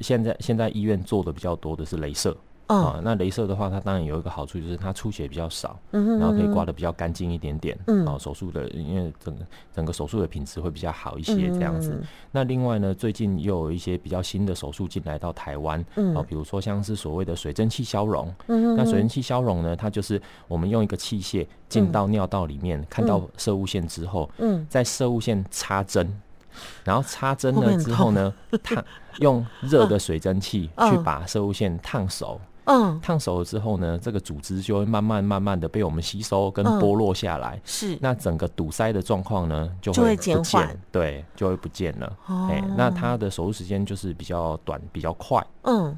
Speaker 2: 现在现在医院做的比较多的是镭射。
Speaker 1: 嗯
Speaker 2: 啊，那镭射的话，它当然有一个好处，就是它出血比较少，
Speaker 1: 嗯哼
Speaker 2: 然后可以刮得比较干净一点点，
Speaker 1: 嗯
Speaker 2: 哦，手术的因为整个整个手术的品质会比较好一些这样子。
Speaker 1: 嗯
Speaker 2: 那另外呢，最近又有一些比较新的手术进来到台湾，
Speaker 1: 嗯
Speaker 2: 啊，比如说像是所谓的水蒸气消融，
Speaker 1: 嗯
Speaker 2: 那水蒸气消融呢，它就是我们用一个器械进到尿道里面，看到射物线之后，
Speaker 1: 嗯，
Speaker 2: 在射物线插针，然后插针
Speaker 1: 会不会
Speaker 2: 了
Speaker 1: 很
Speaker 2: 之后呢，烫用热的水蒸气
Speaker 1: 嗯
Speaker 2: 去把射物线烫熟。
Speaker 1: 嗯
Speaker 2: 烫熟了之后呢，这个组织就会慢慢慢慢的被我们吸收跟
Speaker 1: 嗯
Speaker 2: 剥落下来，
Speaker 1: 是
Speaker 2: 那整个堵塞的状况呢就
Speaker 1: 就会
Speaker 2: 会不
Speaker 1: 减
Speaker 2: 见，
Speaker 1: 缓
Speaker 2: 对，就会不见了。
Speaker 1: 哦
Speaker 2: 哎、那它的手术时间就是比较短、比较快，
Speaker 1: 嗯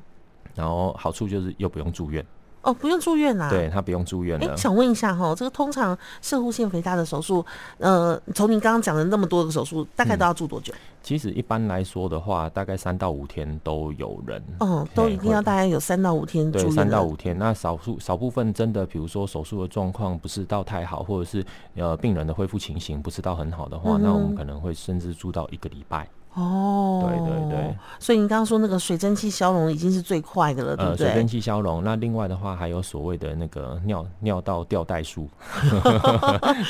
Speaker 2: 然后好处就是又不用住院，
Speaker 1: 哦，不用住院啦、
Speaker 2: 对，嗯它不用住院
Speaker 1: 哎、
Speaker 2: 了。
Speaker 1: 想问一下哈，这个通常射护腺肥大的手术，呃，从您刚刚讲的那么多个手术，
Speaker 2: 嗯
Speaker 1: 大概都要住多久？
Speaker 2: 其实一般来说的话，大概三到五天都有人。
Speaker 1: 嗯，都
Speaker 2: 嘿
Speaker 1: 一定要
Speaker 2: 哎会
Speaker 1: 大概有三到五天住
Speaker 2: 对，
Speaker 1: 院
Speaker 2: 三
Speaker 1: 的
Speaker 2: 到五天。那少数少部分真的，比如说手术的状况不是到太好，或者是呃病人的恢复情形不是到很好的
Speaker 1: 嗯
Speaker 2: 话，那我们可能会甚至住到一个礼拜。
Speaker 1: 哦，
Speaker 2: 对对对。
Speaker 1: 所以您刚刚说那个水蒸气消融已经是最快的了，对不
Speaker 2: 呃，
Speaker 1: 对？
Speaker 2: 水蒸气消融。那另外的话，还有所谓的那个尿尿道吊带术，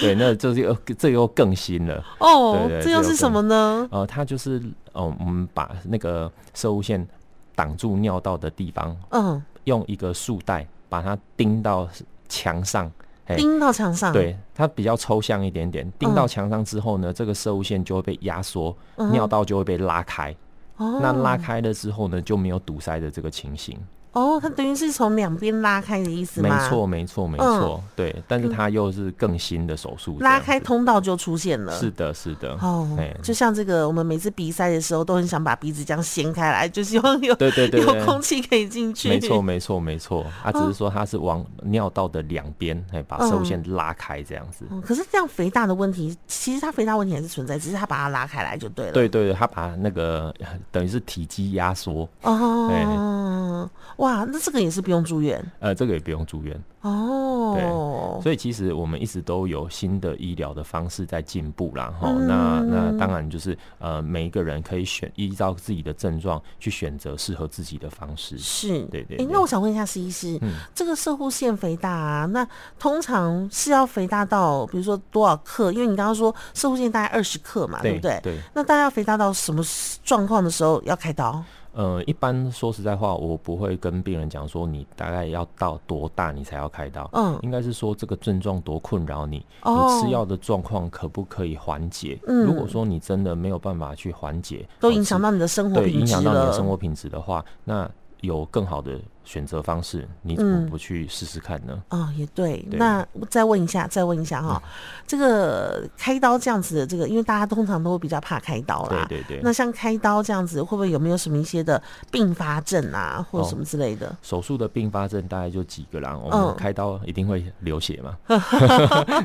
Speaker 2: 对，那这又这又更新了。
Speaker 1: 哦
Speaker 2: 对，对
Speaker 1: 这又是什么呢？
Speaker 2: 呃，它就是呃，我们把那个射物线挡住尿道的地方，
Speaker 1: 嗯，
Speaker 2: 用一个束带把它钉到墙上。哎
Speaker 1: 钉到墙上，，
Speaker 2: 对，它比较抽象一点点。钉
Speaker 1: 嗯
Speaker 2: 到墙上之后呢，这个射物线就会被压缩，尿道就会被拉开。
Speaker 1: 哦，
Speaker 2: 那拉开了之后呢，就没有堵塞的这个情形。
Speaker 1: 哦，它等于是从两边拉开的意思
Speaker 2: 没
Speaker 1: 吗？，嗯
Speaker 2: 错，没错，没错。对，但是它又是更新的手术这样
Speaker 1: 拉
Speaker 2: 子。
Speaker 1: 开通道就出现了，
Speaker 2: 是的，是的。
Speaker 1: 哦
Speaker 2: 哎，
Speaker 1: 就像这个，我们每次鼻塞的时候都很想把鼻子这样掀开来，就希望有
Speaker 2: 对对对对
Speaker 1: 有空气可以进去。
Speaker 2: 没错，，没错，没错。它只是说它是往尿道的两边，哎，把射物线拉开这样子。
Speaker 1: 嗯，可是这样肥大的问题，其实它肥大问题还是存在，只是它把它拉开来就对了。
Speaker 2: 对对对，它把那个呃等于是体积压缩，
Speaker 1: 哦，
Speaker 2: 哎
Speaker 1: 哇，那这个也是不用住院
Speaker 2: 呃，这个也不用住院。
Speaker 1: 哦。
Speaker 2: 所以其实我们一直都有新的医疗的方式在进步啦，哈、
Speaker 1: 嗯
Speaker 2: 那那当然就是呃，每一个人可以选依照自己的症状去选择适合自己的方式。
Speaker 1: 是，
Speaker 2: 对
Speaker 1: 诶
Speaker 2: 对对嗯
Speaker 1: 那我想问一下施医师，这个射护腺肥大啊，那通常是要肥大到，比如说多少克？因为你刚刚说射护腺大概二十克嘛，啊对不对？
Speaker 2: 对，
Speaker 1: 那大概要肥大到什么状况的时候要开刀？
Speaker 2: 呃，一般说实在话，我不会跟病人讲说你大概要到多大你才要开刀，
Speaker 1: 嗯
Speaker 2: 应该是说这个症状多困扰你，
Speaker 1: 哦
Speaker 2: 你吃药的状况可不可以缓解？
Speaker 1: 嗯
Speaker 2: 如果说你真的没有办法去缓解，
Speaker 1: 都
Speaker 2: 呃
Speaker 1: 影
Speaker 2: 吃
Speaker 1: 响到你的生活
Speaker 2: 对
Speaker 1: 品
Speaker 2: 影
Speaker 1: 质
Speaker 2: 响到你的
Speaker 1: 了。
Speaker 2: 生活品质的话，那有更好的选择方式，你怎
Speaker 1: 嗯
Speaker 2: 么不去试试看呢？
Speaker 1: 哦，也对。
Speaker 2: 对嗯
Speaker 1: 那再问一下，再问一下哈，这个开刀这样子的这个，因为大家通常都会比较怕开刀啦。
Speaker 2: 对对
Speaker 1: 那
Speaker 2: 对。
Speaker 1: 像开刀这样子，会不会有没有什么一些的并发症啊，
Speaker 2: 哦
Speaker 1: 或者什么之类的？
Speaker 2: 手术的并发症大概就几个啦，我
Speaker 1: 嗯
Speaker 2: 们开刀一定会流血 嘛，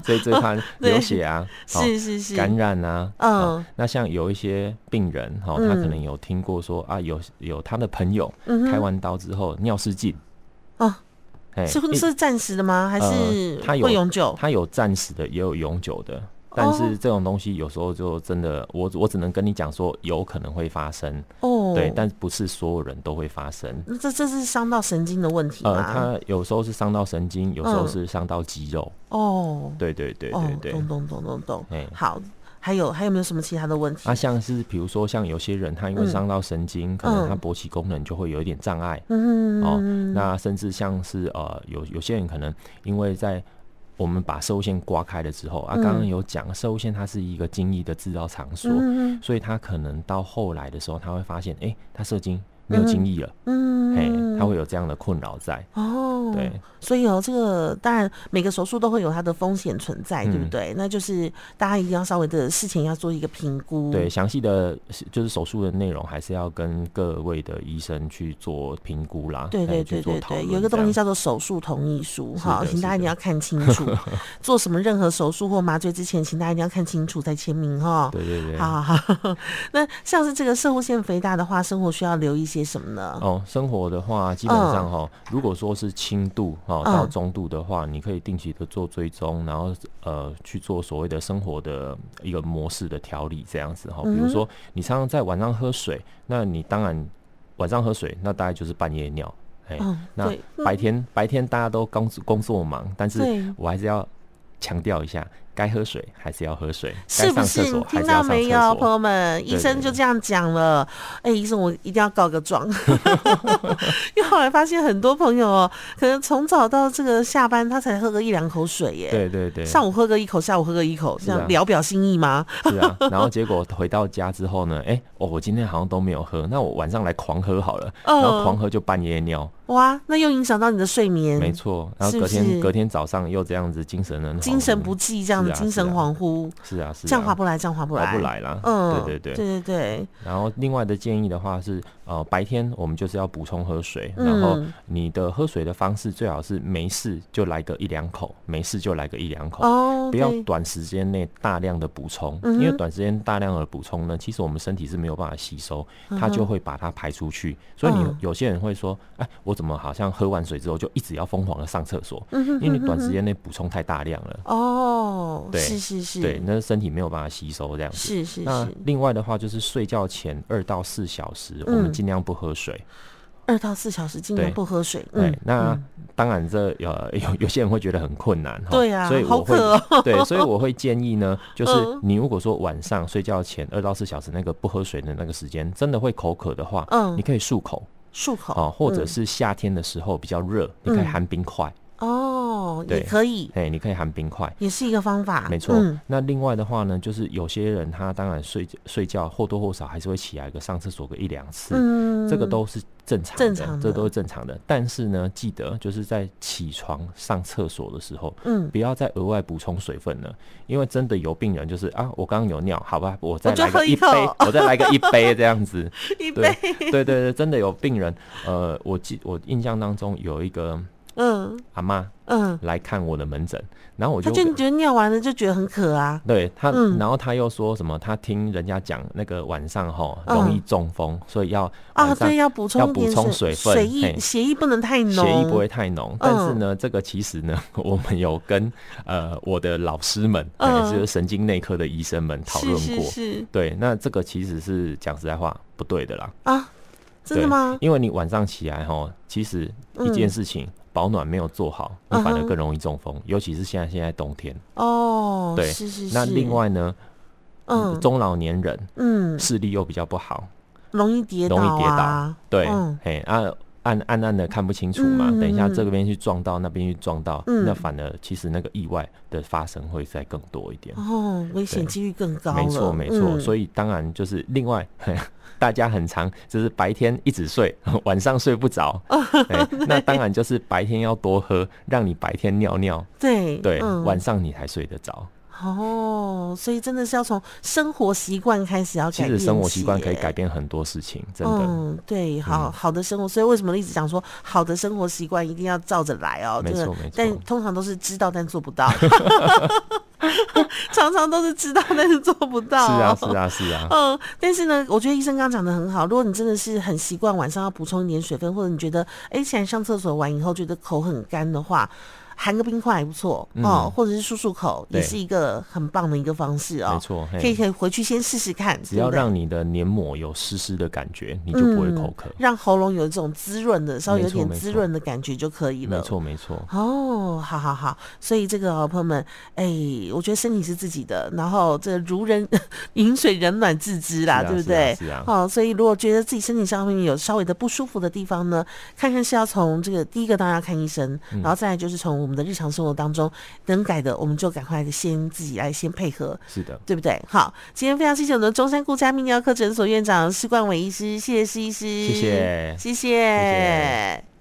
Speaker 2: 所以最怕流血啊，好
Speaker 1: 是是是，
Speaker 2: 感染啊，
Speaker 1: 嗯
Speaker 2: 好那像有一些病人哈、哦，他可能有听过说、啊，有有他的朋友
Speaker 1: 嗯
Speaker 2: 开完刀之后尿失禁，
Speaker 1: 啊，
Speaker 2: 哎
Speaker 1: 是
Speaker 2: 一
Speaker 1: 是暂时的吗？还是
Speaker 2: 呃它有
Speaker 1: 会永久？
Speaker 2: 他有暂时的，也有永久
Speaker 1: 哦
Speaker 2: 的。但是这种东西有时候就真的，我我只能跟你讲说，有可能会发生。
Speaker 1: 哦，哦，
Speaker 2: 对，但不是所有人都会发生。
Speaker 1: 那这这是伤到神经的问题
Speaker 2: 呃，
Speaker 1: 吗？
Speaker 2: 它有时候是伤到神经，有时候
Speaker 1: 嗯
Speaker 2: 是伤到肌肉。
Speaker 1: 哦，
Speaker 2: 对对对
Speaker 1: 哦
Speaker 2: 对，对。
Speaker 1: 懂懂懂懂懂
Speaker 2: 哎。
Speaker 1: 好，还有还有没有什么其他的问题
Speaker 2: 啊，？像是比如说，像有些人他因为
Speaker 1: 嗯
Speaker 2: 伤到神经，可能他
Speaker 1: 嗯
Speaker 2: 勃起功能就会有一点障碍。
Speaker 1: 嗯
Speaker 2: 哦，那甚至像是呃，有有些人可能因为在我们把射物线刮开了之后啊，刚刚
Speaker 1: 嗯
Speaker 2: 有讲射物线它是一个精益的制造场所，
Speaker 1: 嗯
Speaker 2: 所以他可能到后来的时候，他会发现，哎、他射精没有精益了，
Speaker 1: 嗯
Speaker 2: 嘿、他哎会有这样的困扰在。
Speaker 1: 哦，
Speaker 2: 对，
Speaker 1: 所以哦，这个当然每个手术都会有它的风险存在，对不
Speaker 2: 嗯
Speaker 1: 对？那就是大家一定要稍微的事情要做一个评估，
Speaker 2: 对，，详细的就是手术的内容，还是要跟各位的医生去做评估啦，
Speaker 1: 对
Speaker 2: 嘿
Speaker 1: 对
Speaker 2: 去
Speaker 1: 对
Speaker 2: 做
Speaker 1: 对
Speaker 2: 讨
Speaker 1: 对，
Speaker 2: 论
Speaker 1: 有一个
Speaker 2: 这
Speaker 1: 东西
Speaker 2: 样
Speaker 1: 叫做手术同意书
Speaker 2: 是
Speaker 1: 哈，
Speaker 2: 的
Speaker 1: 请大家
Speaker 2: 是
Speaker 1: 一定
Speaker 2: 的
Speaker 1: 要看清 楚。做什么任何手术或麻醉之前，请大家一定要看清楚再签名哈。
Speaker 2: 对对对。
Speaker 1: 好好好， 那像是这个射物腺肥大的话，生活需要留意些什么呢？
Speaker 2: 哦，生活的话，基本上哈、如果说是轻度哦
Speaker 1: 嗯
Speaker 2: 到中度的话，你可以定期的做追踪，然后呃去做所谓的生活的一个模式的调理这样子哈、
Speaker 1: 嗯
Speaker 2: 比如说你常常在晚上喝水，那你当然晚上喝水，那大概就是半夜尿。哎、
Speaker 1: 嗯，
Speaker 2: 那
Speaker 1: 对，嗯
Speaker 2: 白天白天大家都工作工作忙，但是
Speaker 1: 对
Speaker 2: 我还是要强调一下，该喝水还是要喝水，该
Speaker 1: 是不
Speaker 2: 上
Speaker 1: 是？
Speaker 2: 厕
Speaker 1: 你
Speaker 2: 所还
Speaker 1: 听
Speaker 2: 是要
Speaker 1: 到
Speaker 2: 上
Speaker 1: 没
Speaker 2: 厕
Speaker 1: 有，朋
Speaker 2: 所。
Speaker 1: 友们？医
Speaker 2: 对
Speaker 1: 生
Speaker 2: 对
Speaker 1: 就这样讲了。哎、医生，我一定要告个状。 因为后来发现很多朋友哦，可能从早到这个下班，他才喝个一两口水耶。
Speaker 2: 对对对，
Speaker 1: 上午喝个一口，下午喝个一口，这
Speaker 2: 是啊
Speaker 1: 样聊表心意吗？
Speaker 2: 是啊，然后结果回到家之后呢，哎、哦，我今天好像都没有喝，那我晚上来狂喝好了，
Speaker 1: 嗯
Speaker 2: 然后狂喝就半夜尿，
Speaker 1: 哇，那又影响到你的睡眠，
Speaker 2: 没错，然
Speaker 1: 是不
Speaker 2: 后隔天
Speaker 1: 嗯是
Speaker 2: 隔天早上又这样子精神很
Speaker 1: 精神不济，这样子、
Speaker 2: 是啊
Speaker 1: 精神
Speaker 2: 是啊
Speaker 1: 恍惚，
Speaker 2: 是啊是啊，
Speaker 1: 这样划不来，这样划不来，
Speaker 2: 划不。来啦，
Speaker 1: 嗯，
Speaker 2: 对对对。
Speaker 1: 对对对，
Speaker 2: 然后另外的建议的话是，呃，白天我们就是要补充喝水，然后
Speaker 1: 嗯
Speaker 2: 你的喝水的方式最好是没事就来个一两口，没事就来个一两口。
Speaker 1: 哦，
Speaker 2: 不要
Speaker 1: 对
Speaker 2: 短时间内大量的补充，
Speaker 1: 嗯哼
Speaker 2: 因为短时间大量的补充呢，其实我们身体是没有办法吸收，它就会把它排出去。所以你
Speaker 1: 嗯
Speaker 2: 有些人会说，哎，我怎么好像喝完水之后就一直要疯狂的上厕所？
Speaker 1: 嗯哼
Speaker 2: 因为你短时间内补充太大量了，
Speaker 1: 哦，
Speaker 2: 对
Speaker 1: 是是是，
Speaker 2: 对，那身体没有办法吸收这样子。
Speaker 1: 是是
Speaker 2: 那
Speaker 1: 是，
Speaker 2: 另外的话，就是睡觉前二到四小时，我
Speaker 1: 嗯
Speaker 2: 们尽量不喝水。
Speaker 1: 二到四小时尽量
Speaker 2: 对
Speaker 1: 不喝水。
Speaker 2: 对
Speaker 1: 嗯，，
Speaker 2: 那
Speaker 1: 嗯
Speaker 2: 当然这呃有有些人会觉得很困难哈，
Speaker 1: 对啊
Speaker 2: 所以
Speaker 1: 好
Speaker 2: 我会、
Speaker 1: 渴
Speaker 2: 对，所以我会建议呢，就是
Speaker 1: 嗯
Speaker 2: 你如果说晚上睡觉前二到四小时那个不喝水的那个时间，真的会口渴的话，
Speaker 1: 嗯
Speaker 2: 你可以漱口
Speaker 1: 漱口
Speaker 2: 啊，或者
Speaker 1: 嗯
Speaker 2: 是夏天的时候比较热，你可以
Speaker 1: 嗯
Speaker 2: 含冰块，
Speaker 1: 哦，也
Speaker 2: 对
Speaker 1: 可以，
Speaker 2: 哎，你可以含冰块。
Speaker 1: 也是一个方法。
Speaker 2: 没错，
Speaker 1: 嗯
Speaker 2: 那另外的话呢，就是有些人他当然睡睡觉或多或少还是会起来个上厕所个一两次，
Speaker 1: 嗯
Speaker 2: 这个都是正常的，
Speaker 1: 正常
Speaker 2: 这
Speaker 1: 的
Speaker 2: 都是正常的。但是呢，记得就是在起床上厕所的时候，
Speaker 1: 嗯，
Speaker 2: 不要再额外补充水分了，因为真的有病人就是啊，我刚刚有尿，好吧，我再
Speaker 1: 我就
Speaker 2: 来
Speaker 1: 喝
Speaker 2: 个
Speaker 1: 一
Speaker 2: 一
Speaker 1: 口
Speaker 2: 杯，我再来个一杯这样子。
Speaker 1: 一杯
Speaker 2: 对，对对对，真的有病人。呃，我记我印象当中有一个
Speaker 1: 嗯
Speaker 2: 阿妈
Speaker 1: 嗯，
Speaker 2: 来看我的门诊，然后我
Speaker 1: 他
Speaker 2: 就
Speaker 1: 就觉得尿完了就觉得很渴啊。
Speaker 2: 对他，
Speaker 1: 嗯
Speaker 2: 然后他又说什么？他听人家讲那个晚上吼
Speaker 1: 嗯
Speaker 2: 容易中风，所以要
Speaker 1: 啊，
Speaker 2: 晚上
Speaker 1: 对，要补充
Speaker 2: 要
Speaker 1: 一
Speaker 2: 补
Speaker 1: 点
Speaker 2: 充
Speaker 1: 水，
Speaker 2: 水分
Speaker 1: 水液
Speaker 2: 嘿
Speaker 1: 血液不能太浓，嗯
Speaker 2: 血液不会太浓，但是呢，这个其实呢， 我们有跟呃我的老师们，
Speaker 1: 嗯
Speaker 2: 呃就是神经内科的医生们讨论
Speaker 1: 是
Speaker 2: 过。
Speaker 1: 是是
Speaker 2: 对，那这个其实是讲实在话不对的啦。
Speaker 1: 啊，真的
Speaker 2: 对
Speaker 1: 吗？
Speaker 2: 因为你晚上起来哈，其实一件事情、保暖没有做好，你反
Speaker 1: 嗯
Speaker 2: 而
Speaker 1: 哼
Speaker 2: 更容易中风，尤其是现在现在冬天。
Speaker 1: 哦，
Speaker 2: 对
Speaker 1: 是是是。
Speaker 2: 那另，外呢，
Speaker 1: 嗯
Speaker 2: 中老年人
Speaker 1: 嗯，
Speaker 2: 视力又比较不好，
Speaker 1: 容易跌倒
Speaker 2: 容易跌
Speaker 1: 啊，
Speaker 2: 对，
Speaker 1: 嗯
Speaker 2: 嘿啊。暗暗暗的看不清楚嘛，
Speaker 1: 嗯
Speaker 2: 等一下
Speaker 1: 嗯嗯
Speaker 2: 这边去撞到，那边去撞到，
Speaker 1: 嗯
Speaker 2: 那反而其实那个意外的发生会再更多一点。
Speaker 1: 哦，危险
Speaker 2: 对
Speaker 1: 几率更高了。嗯
Speaker 2: 没错，没错。
Speaker 1: 以
Speaker 2: 所以当然就是另外， 大家很常就是白天一直睡， 晚上睡 不着、
Speaker 1: 哦
Speaker 2: 哎那当然就是白天要多喝，让你白天尿尿，
Speaker 1: 对
Speaker 2: 对，
Speaker 1: 嗯
Speaker 2: 晚上你才睡得着。
Speaker 1: 哦，所以真的是要从生活习惯开始要改
Speaker 2: 其
Speaker 1: 变，
Speaker 2: 实生活习惯可以改。变很多事情，真的。
Speaker 1: 嗯，对，好好的生活，所以为什么一直讲说好的生活习惯一定要照着来哦？
Speaker 2: 没
Speaker 1: 这个
Speaker 2: 错没错
Speaker 1: 但通常都是知道但做不到， 常常都是知道但是做不到、
Speaker 2: 是啊，是。啊，是啊。
Speaker 1: 嗯，但是呢，我觉得医生刚刚讲的很好。如果你真的是很习惯晚上要补充一点水分，或者你觉得哎起来上厕所完以后觉得口很干的话，含个冰块也不错
Speaker 2: 嗯
Speaker 1: 哦，或者是漱漱口，也是一个很棒的一个方式哦。
Speaker 2: 没错，嘿
Speaker 1: 可以可以回去先试试看，
Speaker 2: 只要
Speaker 1: 对不对
Speaker 2: 让你的黏膜有湿湿的感觉，你就不会口渴。
Speaker 1: 让喉咙有一种滋润的，稍微有
Speaker 2: 没错
Speaker 1: 点
Speaker 2: 没
Speaker 1: 滋
Speaker 2: 错
Speaker 1: 润的感觉就可以了。
Speaker 2: 没错，没错，
Speaker 1: 哦，好好好，所以这个、哦、朋友们，哎、我觉得身体是自己的，然后这如人 饮水，冷暖自知啦，
Speaker 2: 是啊
Speaker 1: 对不
Speaker 2: 是啊
Speaker 1: 对？
Speaker 2: 是啊
Speaker 1: 哦，所以如果觉得自己身体上面有稍微的不舒服的地方呢，看看是要从这个第一个当然要看医生，
Speaker 2: 嗯
Speaker 1: 然后再来就是从我们的日常生活当中能改的，我们就赶快先自己来先配合。
Speaker 2: 是的。
Speaker 1: 对不对？好，今天非常谢谢我们的中山顾家泌尿科诊所院长施冠伟医师，谢谢施医师，
Speaker 2: 谢谢
Speaker 1: 谢谢。
Speaker 2: 谢